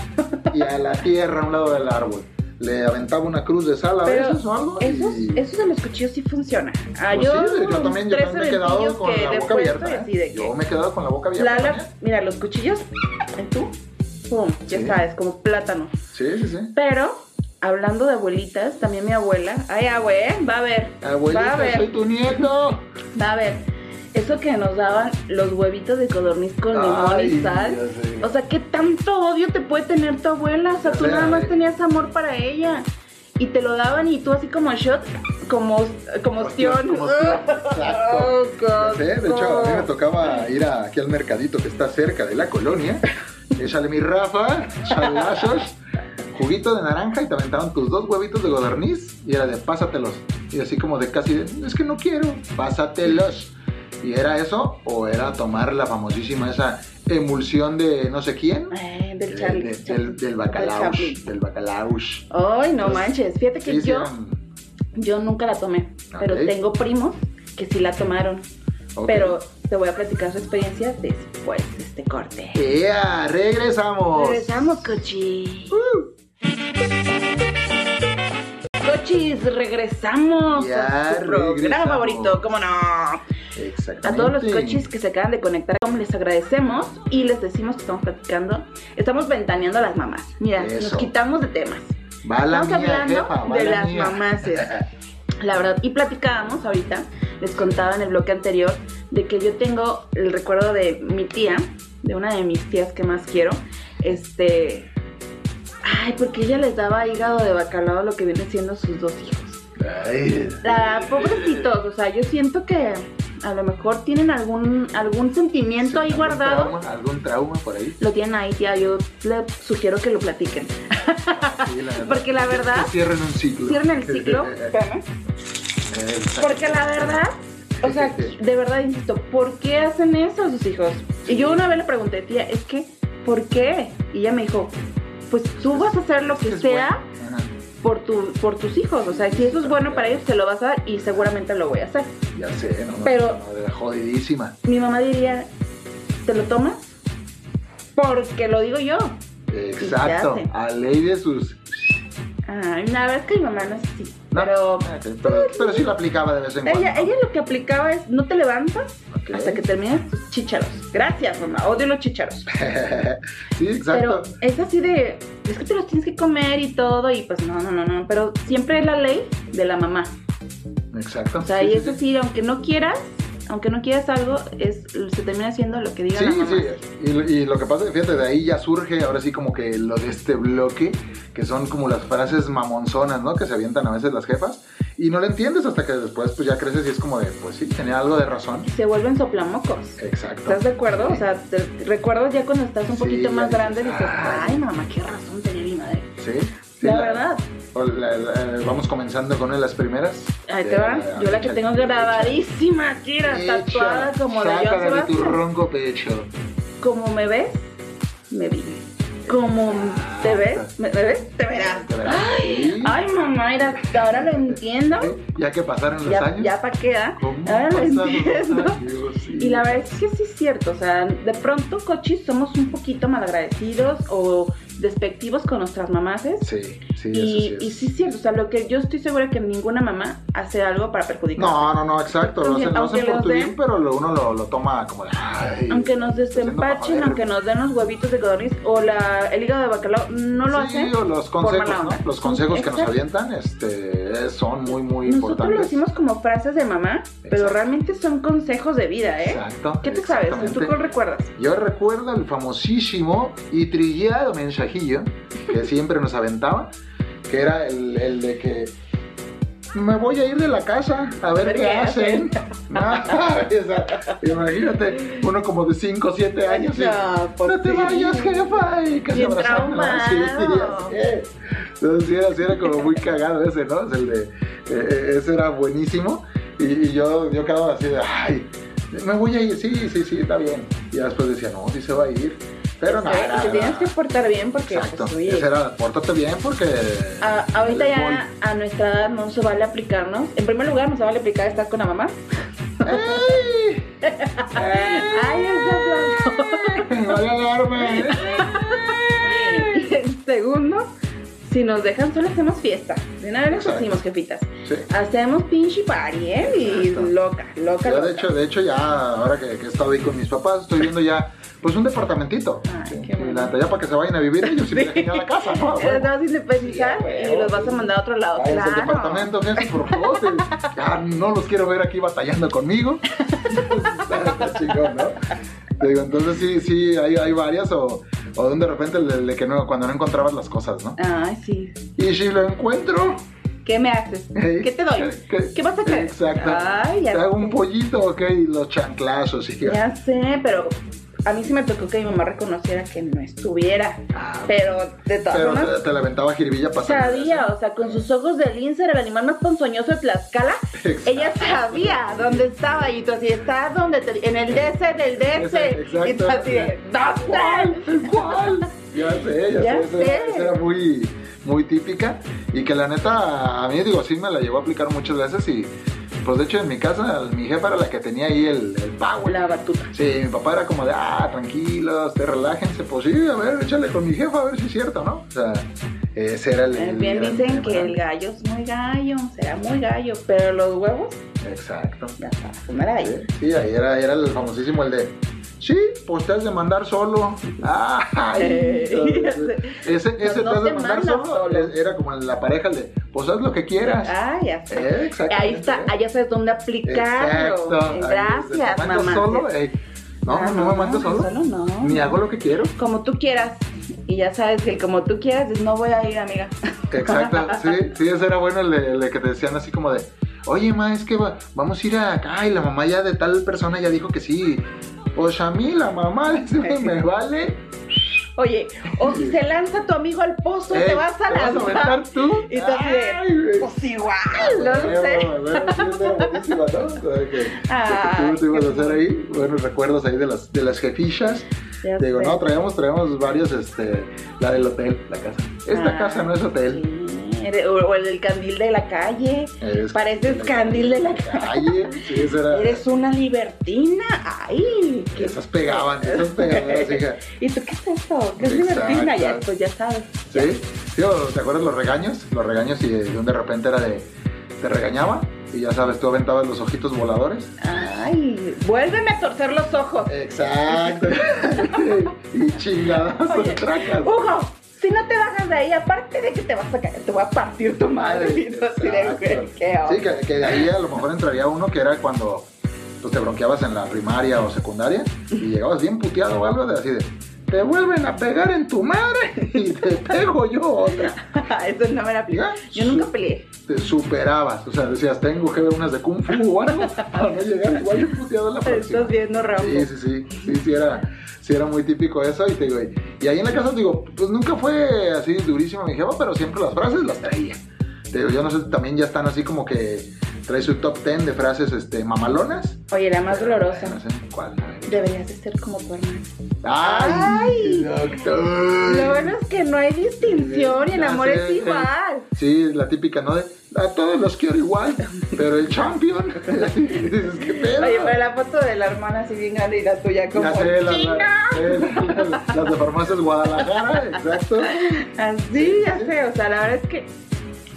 y a la tierra a un lado del árbol. Le aventaba una cruz de sal a
Pero
veces o algo.
Esos,
y-
esos de los cuchillos sí funcionan. Ah,
Pues sí, yo
unos
también, yo
tres
también me he quedado
eventillos
con
que
la
le he
boca
puesto
abierta.
y
¿eh?
así de que-
Yo me he quedado con la boca abierta.
Lala,
también.
mira, los cuchillos, ¿y tú? Pum, ya
Sí.
sabes, como plátano.
Sí, sí, sí.
Pero, hablando de abuelitas, también mi abuela, ay, abue, ¿eh? va a ver, va a
Abuelita, soy
ver,
tu nieto.
va a ver. Eso que nos daban los huevitos de codorniz con limón
Ay,
y sal.
ya sé.
O sea, ¿qué tanto odio te puede tener tu abuela? O sea,
Ya
tú
sé,
nada
ay.
más tenías amor para ella. Y te lo daban y tú así como shot, como, como ostión.
Como ostión, exacto.
Oh,
Ya sé, de hecho, a mí me
coco.
tocaba ir a- aquí al mercadito que está cerca de la colonia. Échale mi rafa, chalazos, juguito de naranja y te aventaban tus dos huevitos de godorniz y era de pásatelos. Y así como de casi, de, es que no quiero, pásatelos. Y era eso, o era tomar la famosísima esa emulsión de no sé quién.
Ay, Eh, del
Eh, de-
Charlie.
de- del, del bacalao.
Chaplin.
Del bacalao.
Ay, no
Entonces,
manches. Fíjate que
Sí, sí,
yo,
eran-
yo nunca la tomé, pero
Ok.
tengo primos que sí la tomaron.
ok.
Pero te voy a platicar su experiencia después de este corte.
¡Ea! ¡Regresamos!
Regresamos, Cochi. Cochis, regresamos
Ya
a su programa
regresamos.
favorito, ¿cómo no?
Exactamente.
A todos los cochis que se acaban de conectar, les agradecemos y les decimos que estamos platicando, estamos ventaneando a las mamás. Mira,
Eso.
nos quitamos de temas.
Va la
Estamos
mía,
hablando
jefa, va
de
la
las
mía.
mamases. La verdad, y platicábamos ahorita, les contaba en el bloque anterior, de que yo tengo el recuerdo de mi tía, de una de mis tías que más quiero, este... Ay, porque ella les daba hígado de bacalao lo que viene siendo sus dos hijos.
Ay,
La, pobrecitos, o sea, yo siento que a lo mejor tienen algún, algún sentimiento ahí
¿algún
guardado.
trauma? ¿Algún trauma por ahí?
Lo tienen ahí, tía, yo les sugiero que lo platiquen.
Sí, la verdad.
Porque la verdad,
Que Cierren un ciclo.
cierren el ciclo. Espérame.
Exacto.
Porque la verdad, o sea, de verdad insisto, ¿por qué hacen eso a sus hijos? Y yo una vez le pregunté, tía, es que, ¿por qué? Y ella me dijo, pues tú vas a hacer lo que
Es Ah,
sea
bueno. Ajá,
por, tu, por tus hijos. O sea, si eso es bueno para ellos, se lo vas a dar y seguramente lo voy a hacer.
Ya sé, no, no,
Pero-
no, de la jodidísima.
Mi mamá diría, ¿te lo tomas? Porque lo digo yo.
Exacto.
hacen?
A ley de sus.
Ay, la verdad es que mi mamá no es así.
No,
Pero
ok, pero, pero sí la aplicaba de vez en cuando.
ella, ella lo que aplicaba es, no te levantas
Ok.
hasta que termines tus chícharos. Gracias, mamá. Odio los chícharos.
sí, exacto.
Pero es así de, es que te los tienes que comer y todo, y pues no, no, no, no, pero siempre es la ley de la mamá.
Exacto.
O sea,
sí,
y
sí,
es
sí.
decir, aunque no quieras, aunque no quieras algo, es, se termina haciendo lo que diga
Sí,
la mamá.
sí, y, y lo que pasa, fíjate, de ahí ya surge ahora sí como que lo de este bloque, que son como las frases mamonzonas, ¿no? Que se avientan a veces las jefas, y no lo entiendes hasta que después pues ya creces y es como de, pues sí, tenía algo de razón.
Y se vuelven soplamocos.
Exacto.
¿Estás de acuerdo?
Sí.
O sea, te- recuerdas ya cuando estás un
Sí,
poquito
ya
más
dices,
grande, dices,
"Ay".
ay, mamá, qué razón tenía mi madre.
Sí. sí,
la verdad,
o la- la- vamos comenzando con una de las primeras.
ahí
De-
te va. Yo la que
échale,
tengo
échale.
grabadísima aquí, era
Échala,
tatuada como de John
sácala de tu
Sebastian.
ronco pecho.
Como me ves, me vi. Como te ves, me, me ves, te verás.
Te verás. Sí.
Ay, mamá, mira, ahora lo entiendo.
Sí, Ya que pasaron los
Ya,
años.
ya para qué, ¿ah?
¿Cómo
ahora lo
pasaron los
entiendo.
años? Sí.
Y la verdad es que sí es cierto, o sea, de pronto, cochis, somos un poquito malagradecidos o despectivos con nuestras mamases.
Sí, sí,
y,
eso
y
sí. es.
sí es cierto, o sea, lo que yo estoy segura que ninguna mamá hace algo para perjudicar.
No, no, no, exacto. Lo
Aunque-
hacen, lo
aunque
hacen por
los
tu
den-
bien, pero lo- uno lo, lo toma como de. "Ay,
Aunque nos
haciendo
desempachen,
papelero".
aunque nos den los huevitos de codorniz o la, el hígado de bacalao, no lo
sí,
hacen.
o los
por mala
consejos,
onda.
¿no? Los consejos que nos
Exacto.
avientan este, son muy, muy
Nosotros lo
importantes.
decimos como frases de mamá, pero
Exacto.
realmente son consejos de vida, ¿eh?
Exacto.
¿Qué te sabes? ¿Tú
exactamente.
cuál recuerdas?
Yo recuerdo el famosísimo y trillado mensajillo que siempre nos aventaba, que era el, el de que me voy a ir de la casa a ver qué,
¿eh?
hacen. Esa- Imagínate, uno como de 5 o 7 años. y,
No,
No,
pues
te
sí.
vayas, jefa. Y que se
Bien
abrazaban, ¿no? Sí,
traumado.
sí, así es. Entonces, sí, era, sí era como muy cagado ese, ¿no? Es el de, eh, eh, ese era buenísimo. Y, y yo, yo quedaba así de, ay, me voy a ir. Sí, sí, sí, está bien. Y ya después decía, no, sí se va a ir. Pero
Sí,
nada.
y te tienes que portar bien porque, pues,
Exacto.
oye,
Ese era, pórtate bien porque.
a- ahorita
les
ya a nuestra edad no se vale aplicarnos. En primer lugar, no se vale aplicar estar con la mamá.
voy. ¡Ey!
Ay, está
¡Vale alarme!
Y en segundo, si nos dejan solo hacemos fiesta. De una vez nos
Exacto.
pusimos, jefitas.
Sí.
Hacemos pinche party, ¿eh? Y
Exacto.
loca, loca,
Yo,
loca.
de hecho, de hecho ya ahora que, que he estado ahí con mis papás, estoy viendo ya pues un departamentito.
Ay,
Sí,
Ah, qué
y
bueno.
la neta, ya para que se vayan a vivir ellos y me dejen a la casa, ¿no? A
Los
huevo.
vas a independizar
Sí, a huevo.
y los vas a mandar a otro lado.
Váyanse al
claro.
departamento, fíjense, por favor. sí. Ya no los quiero ver aquí batallando conmigo. Está chingón, ¿no? Te digo, entonces sí, sí, hay, hay varias o, o donde de repente le, le que no, cuando no encontrabas las cosas, ¿no?
Ay, sí.
Y si lo encuentro,
¿Qué me haces? ¿Qué te doy?
¿Qué-
¿Qué vas a querer?
Exacto.
Ay, ya
te hago un
sé.
pollito, ok, y los chanclazos, y
Ya sé, pero a mí sí me tocó que mi mamá reconociera que no estuviera.
Ah,
Pero de todas
Pero
formas,
te, te la aventaba jiribilla pasando.
sabía, o sea, con sus ojos de lince, el animal más ponzoñoso de Tlaxcala,
Exacto.
ella sabía dónde estaba y tú así, está donde te- en el DC del
Ese,
DC.
exacto.
Y tú así de, ¿dónde?
¿Cuál? Ya sé, ya,
Ya
sé. esa era-
sé.
esa era muy, muy típica. Y que la neta, a mí digo, sí me la llevó a aplicar muchas veces. Y pues de hecho en mi casa, mi jefa era la que tenía ahí el, el power.
La batuta.
Sí, mi papá era como de, ah, tranquilos, te relájense, pues sí, a ver, échale con mi jefa, a ver si es cierto, ¿no? O sea, ese era el... el
Bien
gran
dicen
tema,
que el gallo es muy gallo, será muy gallo, pero los huevos,
Exacto.
ya está, comer
Sí,
ahí.
Sí, ahí era, era el famosísimo el de. Sí, pues te has de mandar solo. Ah, Ay,
Eh, ya sé.
ese ese
No
te has de
te
mandar
mandas
solo.
solo.
Era como la pareja el de, pues haz lo que quieras.
Ah, ya sé.
Eh, exactamente.
Ahí está, allá sabes dónde aplicarlo.
Exacto. Ahí es de,
Gracias,
¿Te mandas
mamá.
solo? Ey, No,
Ah,
no me mandas solo.
no.
Ni hago lo que quiero.
Como tú quieras. Y ya sabes que el como tú quieras es no voy a ir, amiga.
Exacto, sí, sí, ese era bueno el, de- el de que te decían así como de, oye, ma, es que va- vamos a ir acá y la mamá ya de tal persona ya dijo que sí. Pues a mí la mamá dice, me vale.
Oye, o si se lanza tu amigo al pozo,
Ey,
te vas a lanzar.
aventar tú?
Y tú así de,
Ay, güey.
Pues igual, no
Bueno,
sé.
bueno, sí, está buenísima, ¿no? O sea, que- que
Ay,
tú te ibas a
qué
hacer ahí, buenos recuerdos ahí de las, de las jefichas.
Ya
Digo,
sé.
no, traemos, traemos varios, este, la del hotel, la casa. Esta
Ah,
casa no es hotel.
sí. Eres- O o el del candil de la calle.
es-
Pareces candil de la calle.
Calle, sí, esa era.
Eres una libertina. Ay, qué
Esas pegaban, esas pegadoras, hija.
¿Y tú qué es esto? ¿Qué es
Exacto.
libertina? Ya, pues ya sabes.
¿Sí? Tío, ¿te acuerdas los regaños? Los regaños y eh, de repente era de. Te regañaba y ya sabes, tú aventabas los ojitos voladores.
Ay, vuélveme a torcer los ojos.
Exacto. y chingadas
Oye,
tracas.
Hugo, si no te bajas de ahí, aparte de que te vas a caer, te voy a partir tu madre. Y tú así de, güey, qué
Sí,
onda.
que, que de ahí a lo mejor entraría uno que era cuando pues, te bronqueabas en la primaria o secundaria y llegabas bien puteado o algo de así de te vuelven a pegar en tu madre y te pego yo otra.
Eso no me la aplico.
Ya,
Yo nunca
Ah, sí.
peleé.
Te superabas, o sea, decías, tengo que ver unas de Kung Fu o algo para no llegar igual de puteado a la próxima.
Estás viendo, Rambo.
Sí, sí, sí, sí, sí era, sí era muy típico eso y te digo, y- y ahí en la casa te digo, pues nunca fue así durísimo mi jefa, pero siempre las frases las traía. Te digo, yo no sé, también ya están así como que trae su top 10 de frases este, mamalonas.
Oye, la más
No
dolorosa.
sé cuál. a ver.
Deberías de ser como tu hermano.
¡Ay!
Ay.
doctor!
Lo bueno es que no hay distinción y el
Ya
amor
sé,
es
eh.
igual.
Sí, la típica, ¿no? De, a todos los quiero igual, pero el champion. dices, ¿qué pedo?
Oye, pero la foto de la hermana así bien grande y la tuya como
Ya sé, las,
¡Chinga!
las- las de farmacias Guadalajara, exacto.
Así, ya sé, o sea, la verdad es que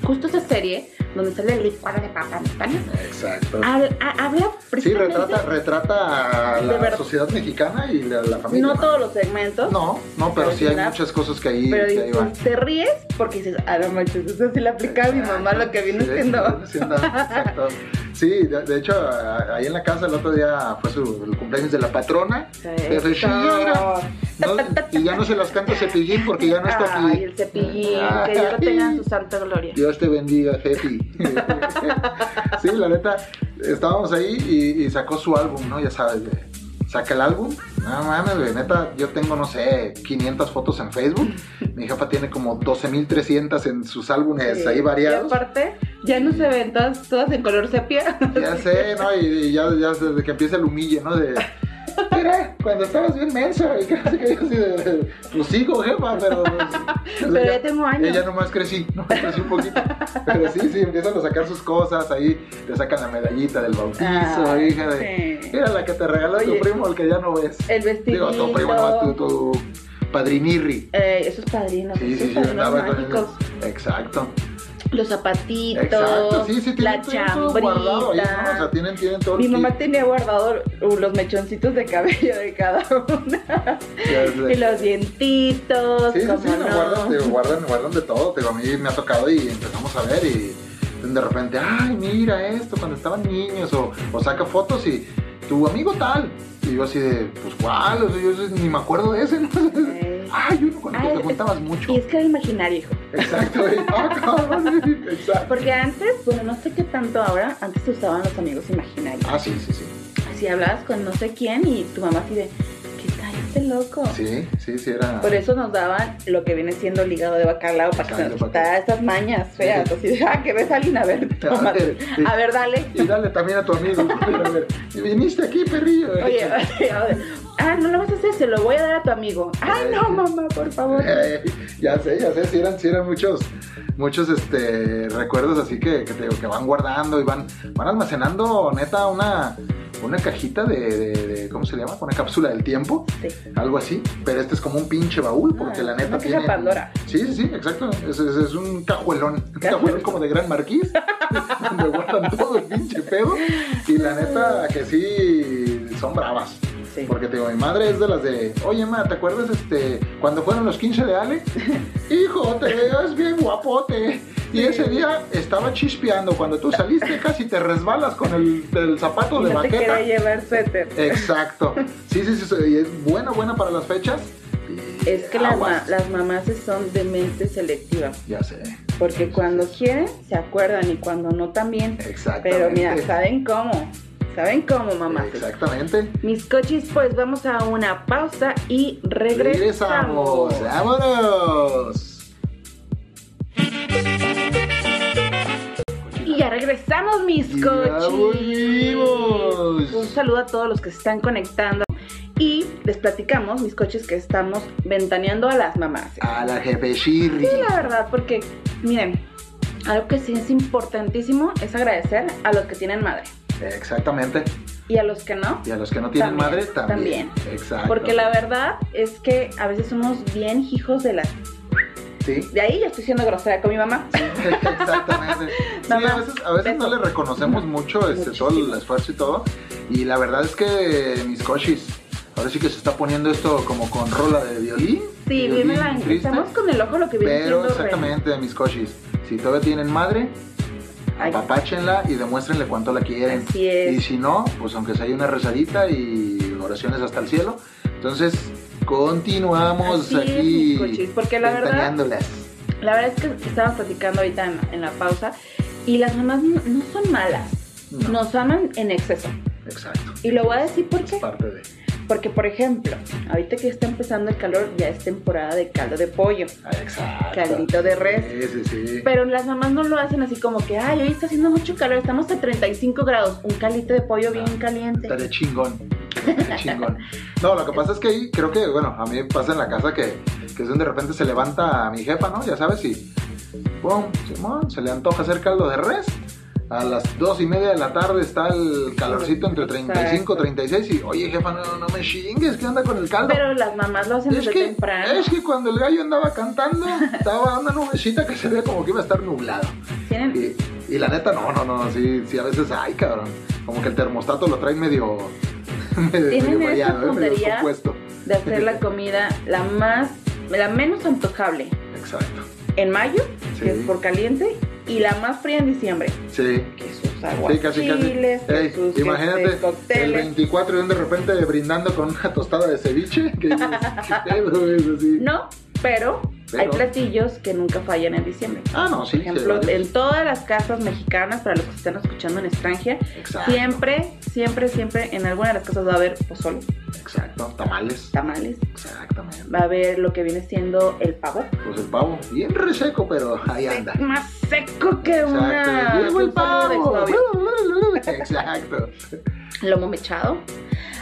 justo esa serie donde sale el licuado de papa mexicana
Exacto.
hab- ha- habla
Sí,
precisamente
retrata, retrata a
De
la
verdad.
sociedad mexicana y la, la familia.
no todos los segmentos,
No, no, pero sí hay muchas cosas que ahí,
pero
que ahí
dices,
van.
te ríes porque dices, ah, no manches, eso sí le aplica a mi mamá lo que viene
Sí,
siendo.
viene siendo, exacto. Sí, de, de hecho, a- ahí en la casa el otro día fue su, el cumpleaños de la patrona. Pero soy señora. No, y ya no se las canta Cepillín porque ya no Ah. está
Ay,
aquí.
el cepillín, que ya lo tengan en su santa gloria.
Dios te bendiga, Jefi. sí, la neta, estábamos ahí y, y sacó su álbum, ¿no? Ya sabes, güey. Saca el álbum. No mames, güey. Neta, yo tengo, no sé, 500 fotos en Facebook. Mi jefa tiene como 12.300 en sus álbumes ahí
Y
variados.
aparte, ya no se ven todas, todas en color sepia.
Ya sé, ¿no? Y, y ya, ya desde que empieza el humille, ¿no? De. Mira, cuando estabas bien menso, y que no sé qué, yo así de, Pues sigo, jefa, pero. pues,
Pero ya tengo años.
Ella nomás crecí, no crecí un poquito. Pero sí, sí, empiezan a sacar sus cosas, ahí le sacan la medallita del bautizo,
Ah,
hija de.
sí.
Mira la que te regaló tu
Oye,
primo, el que ya no ves.
El
Digo,
vestido.
tu primo, no, tu, tu padrinirri.
eh, esos padrinos,
Sí,
esos
sí, sí,
padrinos
andaba con el-
mágicos.
Exacto.
Los zapatitos,
Exacto, sí, sí, tienen
la
todo eso guardado ahí, ¿no? O sea,
chambrita.
tienen, tienen todo el
Mi mamá
kit.
tenía guardado uh, los mechoncitos de cabello de cada una.
Ya sé.
Y los dientitos.
Sí, sí,
cómo
sí, no,
no.
guardan, te guardan, guardan de todo. Te digo, a mí me ha tocado y empezamos a ver y de repente, ay, mira esto, cuando estaban niños, o, o saca fotos y tu amigo tal. Y yo así de, pues cuál, o sea, yo ni me acuerdo de ese. ¿no?
Sí.
Ay, uno con el que
Ay,
te juntabas mucho.
Y es que era imaginario, hijo.
Exacto, y, ah, cabrón, sí, exacto.
Porque antes, bueno, no sé qué tanto ahora, antes se usaban los amigos imaginarios.
Ah, sí, sí, sí.
Así hablabas con no sé quién y tu mamá así de, ¿qué tal este loco?
Sí, sí, sí, era.
Por eso nos daban lo que viene siendo el hígado de bacalao para que se nos
Exacto, para
quitara estas mañas feas. Así de, ah, que ves a alguien, a ver, tómate.
Sí.
A ver, dale.
Y dale también a tu amigo. A ver, viniste aquí, perrillo.
Oye, oye, a ver. ah, no lo vas a hacer, se lo voy a dar a tu amigo. Ay, no, mamá, por favor.
Eh, ya sé, ya sé, si eran, sí eran muchos, muchos este, recuerdos así que, que, te digo, que van guardando y van, van almacenando, neta, una, una cajita de, de- de- ¿cómo se le llama? Una cápsula del tiempo,
Sí.
algo así, pero este es como un pinche baúl, porque
Ah,
la neta
una caja
tiene...
Pandora.
Sí, sí, sí, exacto, es, es- es un cajuelón, un cajuelón como de gran marquís, donde guardan todo el pinche pedo, y la neta que sí, son bravas.
Sí.
Porque te digo, mi madre es de las de, oye, ma, ¿te acuerdas este, cuando fueron los 15 de Ale? Hijo, te veías bien guapote. Y ese día estaba chispeando. Cuando tú saliste, casi te resbalas con el, el zapato
Y
de
no te
baqueta.
quería llevar suéter.
Exacto. Sí, sí, sí, sí, y es buena, buena para las fechas. Y
Es que las, ma-
aguas.
las mamás son de mente selectiva.
Ya sé.
Porque cuando quieren, se acuerdan y cuando no, también.
Exactamente.
Pero mira, ¿saben cómo? ¿Saben cómo, mamá?
Exactamente.
Mis coches, pues vamos a una pausa y regresamos.
Regresamos. ¡Vámonos!
Y ya regresamos, mis
Ya
coches.
volvimos.
Un saludo a todos los que se están conectando. Y les platicamos, mis coches, que estamos ventaneando a las mamás.
A la jefe Shirri.
Sí, la verdad, porque, miren, algo que sí es importantísimo es agradecer a los que tienen madre
Exactamente.
y a los que no.
Y a los que no tienen
También,
madre también. Exacto.
Porque la verdad es que a veces somos bien hijos de las...
Sí.
De ahí yo estoy siendo grosera con mi mamá.
Exactamente. Sí,
Mamá,
a veces, a veces no
beso.
le reconocemos mucho este, todo el
Muchísimo.
esfuerzo y todo. Y la verdad es que mis coshis, ahora sí que se está poniendo esto como con rola de violín.
Sí,
violín
bien melan-
triste,
Estamos con el ojo lo que viene
Pero
siendo... re-
exactamente, mis coshis, si todavía tienen madre,
Ay,
apapáchenla y demuéstrenle cuánto la quieren.
Así es.
Y si no, pues aunque sea una rezadita y oraciones hasta el cielo. Entonces, continuamos
Así es,
aquí.
mis cochis, porque la verdad-
ventaneándolas.
La verdad es que estábamos platicando ahorita en, en la pausa y las mamás no, no son malas.
No.
Nos aman en exceso.
Exacto.
Y lo voy a decir por qué.
Es parte de.
Porque, por ejemplo, ahorita que está empezando el calor, ya es temporada de caldo de pollo.
Ah, Exacto.
Caldito de res.
Sí, sí, sí.
Pero las mamás no lo hacen así como que, ay, hoy está haciendo mucho calor, estamos a 35 grados, un caldito de pollo bien caliente.
Ah, Estaría chingón. Estaría chingón. No, lo que pasa es que ahí creo que, bueno, a mí me pasa en la casa que, que es donde de repente se levanta mi jefa, ¿no? Ya sabes, y pum, Simón, se le antoja hacer caldo de res. A las dos y media de la tarde está el calorcito entre 35 y 36 y, oye jefa, no, no me chingues, ¿qué onda con el caldo?
Pero las mamás lo hacen
Es
desde
que,
temprano.
es que cuando el gallo andaba cantando, estaba una nubecita que se veía como que iba a estar nublado.
Tienen-
Y, y la neta, no, no, no, sí, sí, a veces, ay, cabrón. Como que el termostato lo traen medio. medio,
Tienen esa
mareado, medio
puntería.
descompuesto.
de hacer la comida la más, la menos antojable
Exacto.
en mayo,
Sí.
que es por caliente, y la más fría en diciembre.
Sí.
Que sus
Sí, casi, casi.
aguachiles, que
Ey,
sus
imagínate,
este,
el
cócteles.
24 y de repente brindando con una tostada de ceviche. Que dices, ¿qué pedo es así?
No, pero
Pero-
Hay platillos que nunca fallan en diciembre.
Ah, no, sí.
Por
sí,
ejemplo,
varios.
en todas las casas mexicanas, para los que están escuchando en extranjera,
Exacto.
siempre, siempre, siempre en alguna de las casas va a haber pozole,
Exacto. Tamales.
tamales,
Exactamente.
va a haber lo que viene siendo el pavo.
Pues el pavo, bien reseco, pero ahí anda.
Más seco que una.
Exacto. Llegó el
un solo de
pavo.
suave.
Exacto.
Lomo mechado.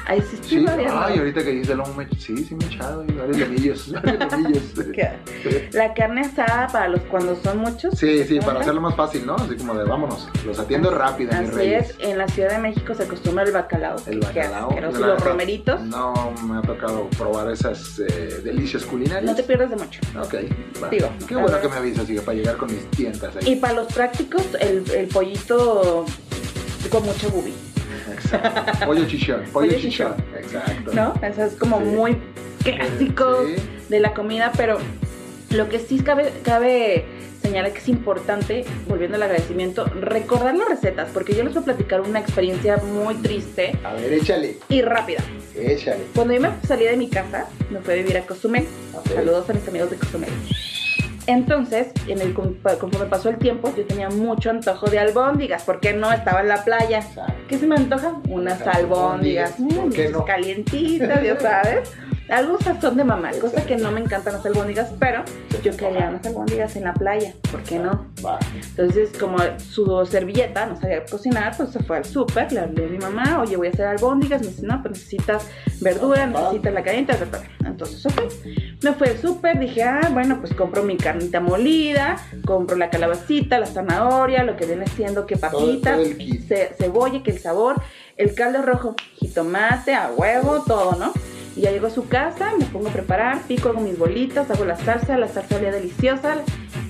Ahí sí, sí,
Sí,
varias, ¿no?
ay, ahorita que dice el hombre, sí, sí, me he echado, y varios lomillos, varios lomillos.
Que- La carne asada para los cuando son muchos.
Sí, sí, para hacerlo más fácil, ¿no? Así como de vámonos, los atiendo rápido, mis
Así
reyes.
es, en la Ciudad de México se acostumbra el bacalao.
El
que
bacalao.
asqueroso,
la
los
verdad,
romeritos.
No me ha tocado probar esas eh, delicias culinarias.
No te pierdas de mucho.
Ok, va.
Digo,
Qué
a
bueno
ver.
que me avisas, sigue, para llegar con mis tientas
Y
ahí.
para los prácticos, el, el pollito con mucho bubi,
Exacto. Pollo chichón, pollo,
Pollo
chichón. Exacto.
¿no? Eso es como
Sí.
muy clásico
Sí,
de la comida, pero lo que sí cabe, cabe señalar que es importante, volviendo al agradecimiento, recordar las recetas, porque yo les voy a platicar una experiencia muy triste
A ver, échale,
y rápida.
échale.
Cuando yo me salí de mi casa, me fui a vivir a Cozumel.
Ok.
Saludos a mis amigos de Cozumel. Entonces, en el, conforme pasó el tiempo, yo tenía mucho antojo de albóndigas, porque no estaba en la playa.
Exacto.
¿Qué se me antoja? Unas
Unas albóndigas,
albóndigas. mm,
¿por qué no?
Calientitas, ya sabes. Algo sazón de mamá, cosa que no me encantan las albóndigas, pero yo quería unas albóndigas en la playa, ¿por qué no?
Va.
Entonces, como su servilleta no sabía cocinar, pues se fue al súper, le hablé a mi mamá, oye, voy a hacer albóndigas, me dice, no, pues necesitas
Ah,
verdura, necesitas la carnita, ta, ta, ta". entonces, ok. Me fui al súper, dije, ah, bueno, pues compro mi carnita molida, compro la calabacita, la zanahoria, lo que viene siendo que
Todo,
papita,
todo el kit.
ce- cebolla, que el sabor, el caldo rojo, jitomate, a huevo, todo, ¿no? Y ya llego a su casa, me pongo a preparar, pico, hago mis bolitas, hago la salsa, la salsa olía deliciosa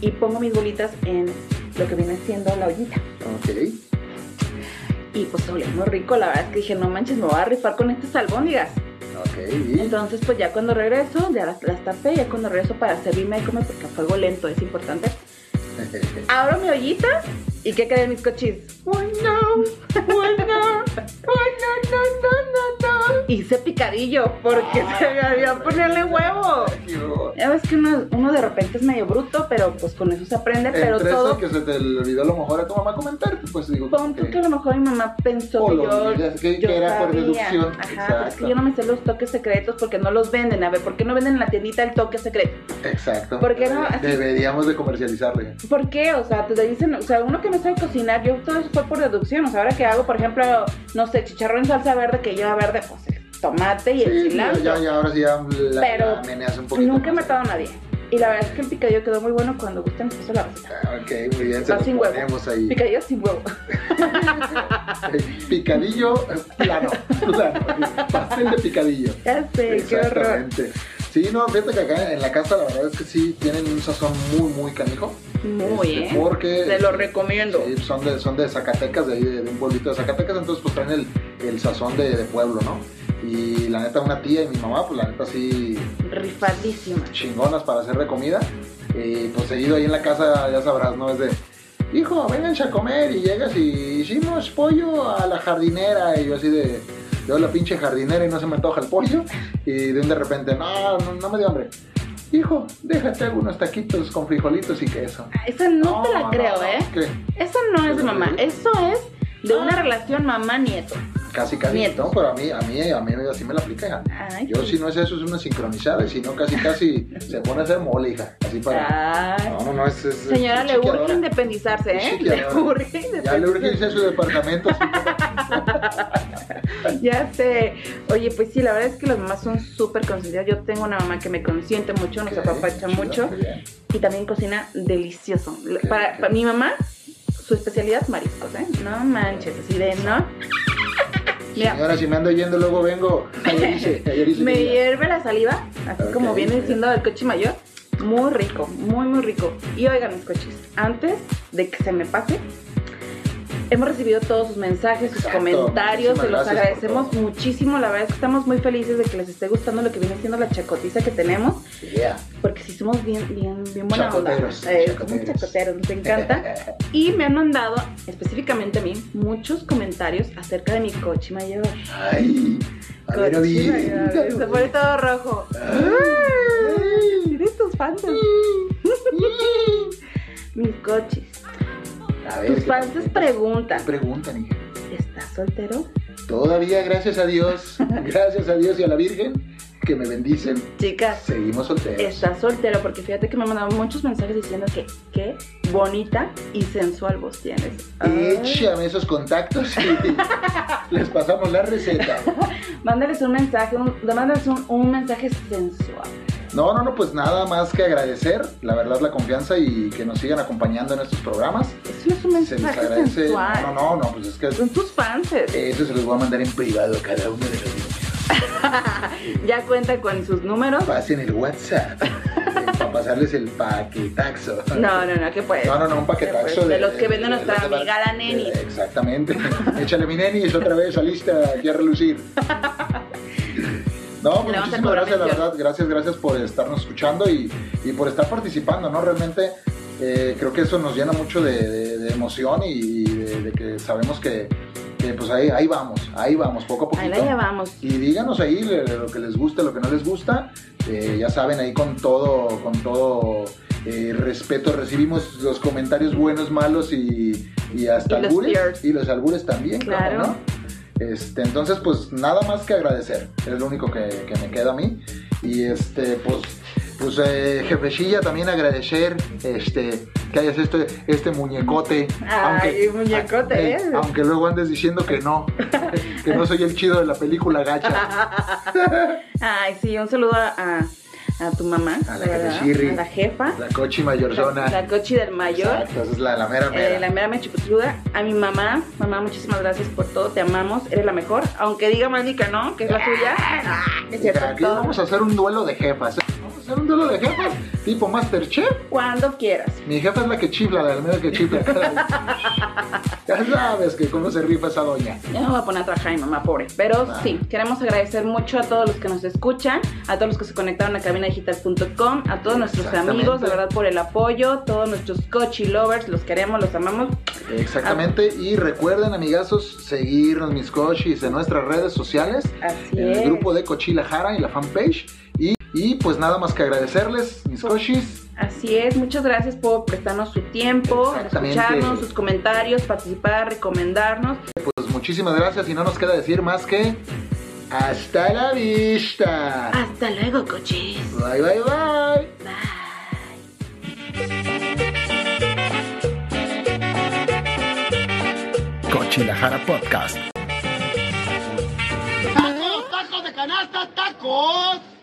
y pongo mis bolitas en lo que viene siendo la ollita.
Ok.
Y pues olía muy rico, la verdad es que dije, no manches, me voy a rifar con estas albóndigas.
Ok,
Entonces, pues ya cuando regreso, ya las, las tapé, ya cuando regreso para servirme de comer, porque fue algo lento, es importante. Abro mi ollita y ¿qué quedan mis cochis? Oh, no, oh, no,
no, no, no, no, no.
Hice picadillo porque se me olvidó ponerle huevo. Ya ves que uno, uno de repente es medio bruto, pero pues con eso se aprende, pero
Entre eso
todo...
que se te olvidó a lo mejor a tu mamá comentar, pues digo.
Pon tú
ok.
que a lo mejor mi mamá pensó
O
que
lo
yo,
olvidas, que-
yo
que era por
sabía.
deducción.
Ajá, pero es
Exacto.
que yo no me sé los toques secretos porque no los venden. A ver, ¿por qué no venden en la tiendita el toque secreto?
Exacto. Eh,
¿Por qué no? Así-
Deberíamos de comercializarle.
¿Por qué? O sea, te dicen, o sea, uno que no sabe cocinar, yo todo eso fue por deducción. O sea, ahora que hago, por ejemplo, no sé, chicharrón en salsa verde, que lleva verde, pues el tomate y el
Sí,
cilantro.
ya, ya, ahora sí ya la,
Pero
la meneas un poquito.
Nunca he
más.
matado a nadie. Y la verdad es que el picadillo quedó muy bueno cuando gusten puso la receta.
Ah, Ok, muy bien, se
Va
lo
sin huevo.
ponemos ahí.
Picadillo sin huevo.
Picadillo eh, plano, plano. Pastel de picadillo.
Ya sé, qué horror.
Exactamente. Sí, no, fíjate que acá en la casa la verdad es que sí tienen un sazón muy, muy canijo.
Muy,
Este,
¿eh?
Porque
Te lo recomiendo.
Sí, son de, son de Zacatecas, de, ahí, de un pueblito de Zacatecas, entonces pues traen el, el sazón de, de pueblo, ¿no? Y la neta, una tía y mi mamá, pues la neta sí,
Rifadísima.
chingonas para hacer de comida. Y pues seguido ahí en la casa, ya sabrás, ¿no? Es de, hijo, vénganse a comer. Y llegas y hicimos pollo a la jardinera. Y yo así de, yo a la pinche jardinera y no se me antoja el pollo. Y de un de repente, no, no, no me dio hambre. Hijo, déjate algunos taquitos con frijolitos y queso.
Ah, Esa no, te la creo,
no,
¿eh?
que
Eso no es de mamá. Eso es de una relación mamá-nieto.
Casi, casi.
Nieto.
No, pero a mí, a mí, a mí así me la aplica.
Ay,
Yo si no es eso, es una sincronizada. Y si no, casi, casi se pone a hacer mole, hija. Así para...
Ay.
No, no, no, es. es-
Señora,
es
le urge
chiqueadora.
independizarse, ¿eh?
Sí,
Le
claro.
urge
Ya le urge
independizarse.
irse a su departamento. así
Ya sé. Oye, pues sí, la verdad es que las mamás son súper consentidas. Yo tengo una mamá que me consiente mucho, nos
que-
apapacha
chido,
mucho
qué bien.
y también cocina delicioso.
Qué
Para,
bien.
para mi mamá, su especialidad mariscos, ¿eh? No manches, así de, ¿no? Mira,
Señora, si me ando yendo, luego vengo. Ayer hice, ayer hice
me
comida.
hierve la saliva, así
Ok,
como viene
ok.
siendo el coche mayor. Muy rico, muy, muy rico. Y oigan, mis coches, antes de que se me pase, hemos recibido todos sus mensajes, sus
Exacto,
comentarios, se
muchísimas
los
gracias por
agradecemos
todo.
muchísimo. La verdad es que estamos muy felices de que les esté gustando lo que viene siendo la chacotiza que tenemos,
Yeah.
porque sí somos bien, bien, bien buena
Chacoteros,
onda. Eh, somos
chacoteros.
chacoteros, nos encanta. Y me han mandado específicamente a mí muchos comentarios acerca de mi coche mayor.
Ay. A ver, a
Coche
ver.
mayor, Se pone todo rojo.
Ay.
Miren tus tus panzas. Mis coches.
A ver,
Tus
¿qué
panzas
preguntas?
preguntan,
Preguntan, hija.
¿estás soltero?
Todavía, gracias a Dios, gracias a Dios y a la Virgen, que me bendicen,
Chicas,
seguimos solteros.
estás soltero porque fíjate que me mandaban muchos mensajes diciendo que qué bonita y sensual vos tienes. Ah, Ay.
Échame esos contactos y les pasamos la receta.
Mándales un mensaje, un, mándales un, un mensaje sensual.
No, no, no, pues nada más que agradecer, la verdad, la confianza y que nos sigan acompañando en estos programas.
Eso no es un
Se les
mensaje
agradece.
sensual.
No, Eh. no, no, pues es que
Son tus fans.
eso se los voy a mandar en privado a cada uno de los niños.
ya cuenta con sus números.
Pasen el WhatsApp para pasarles el paquetaxo.
No, no, no, que puedes.
No, no, no, un paquetaxo
pues, De los que vende nuestra
los de-
amiga la neni.
de- Exactamente. Échale mi nenis otra vez, saliste aquí a relucir. No, pues
Le vamos a
muchísimas
cobrar
gracias, la
mención.
verdad. Gracias, gracias por estarnos escuchando y, y por estar participando, ¿no? Realmente eh, creo que eso nos llena mucho de, de- de emoción y de, de que sabemos que, que, pues ahí, ahí vamos, ahí vamos, poco a poquito.
Ahí la llevamos.
Y díganos ahí le- lo que les gusta, lo que no les gusta. Eh, ya saben, ahí con todo, con todo eh, respeto recibimos los comentarios buenos, malos y, y hasta
Y los
albures.
peers.
y los albures también, ¿cómo
Claro.
no? Este, entonces, pues nada más que agradecer. Es lo único que, que me queda a mí. Y este, pues, pues eh, jefecilla, también agradecer este, que hayas este, este muñecote.
Ay, muñecote,
eh,
¿eh?
Aunque luego andes diciendo que no, que no soy el chido de la película gacha.
Ay, sí, un saludo a, a- a tu mamá,
A la
¿verdad?
jefechirri.
a la jefa,
La cochi mayorzona.
la, la cochi del mayor,
Exacto, esa es la, la mera mera.
eh, la mera mechucutruda, a mi mamá, mamá, muchísimas gracias por todo, te amamos, eres la mejor, aunque diga Mónica, ¿no? Que es la tuya. Ah, es cierto,
Mira, aquí
todo.
vamos a hacer un duelo de jefas. ¿eh? Vamos a hacer un duelo de jefas tipo Masterchef.
Cuando quieras.
Mi jefa es la que chifla, la del medio que chifla. ya sabes que cómo se rifa esa doña.
Ya no me voy a poner a trabajar a mi mamá, pobre. Pero
Ah.
sí, queremos agradecer mucho a todos los que nos escuchan, a todos los que se conectaron a cabinadigital.com, a todos nuestros
Exactamente.
amigos, de verdad, por el apoyo, todos nuestros cochi lovers, los queremos, los amamos.
Exactamente. Y recuerden, amigazos, seguirnos mis cochis en nuestras redes sociales.
Así
En
es.
el grupo de Cochila Jara y la fanpage. Y, y pues nada más que agradecerles, mis cochis.
Así es, muchas gracias por prestarnos su tiempo,
Exactamente.
escucharnos, sus comentarios, participar, recomendarnos.
Pues muchísimas gracias y no nos queda decir más que hasta la vista.
Hasta luego, coches.
Bye, bye, bye.
Cochilajara Podcast.
¡Tacos, tacos de canasta, tacos!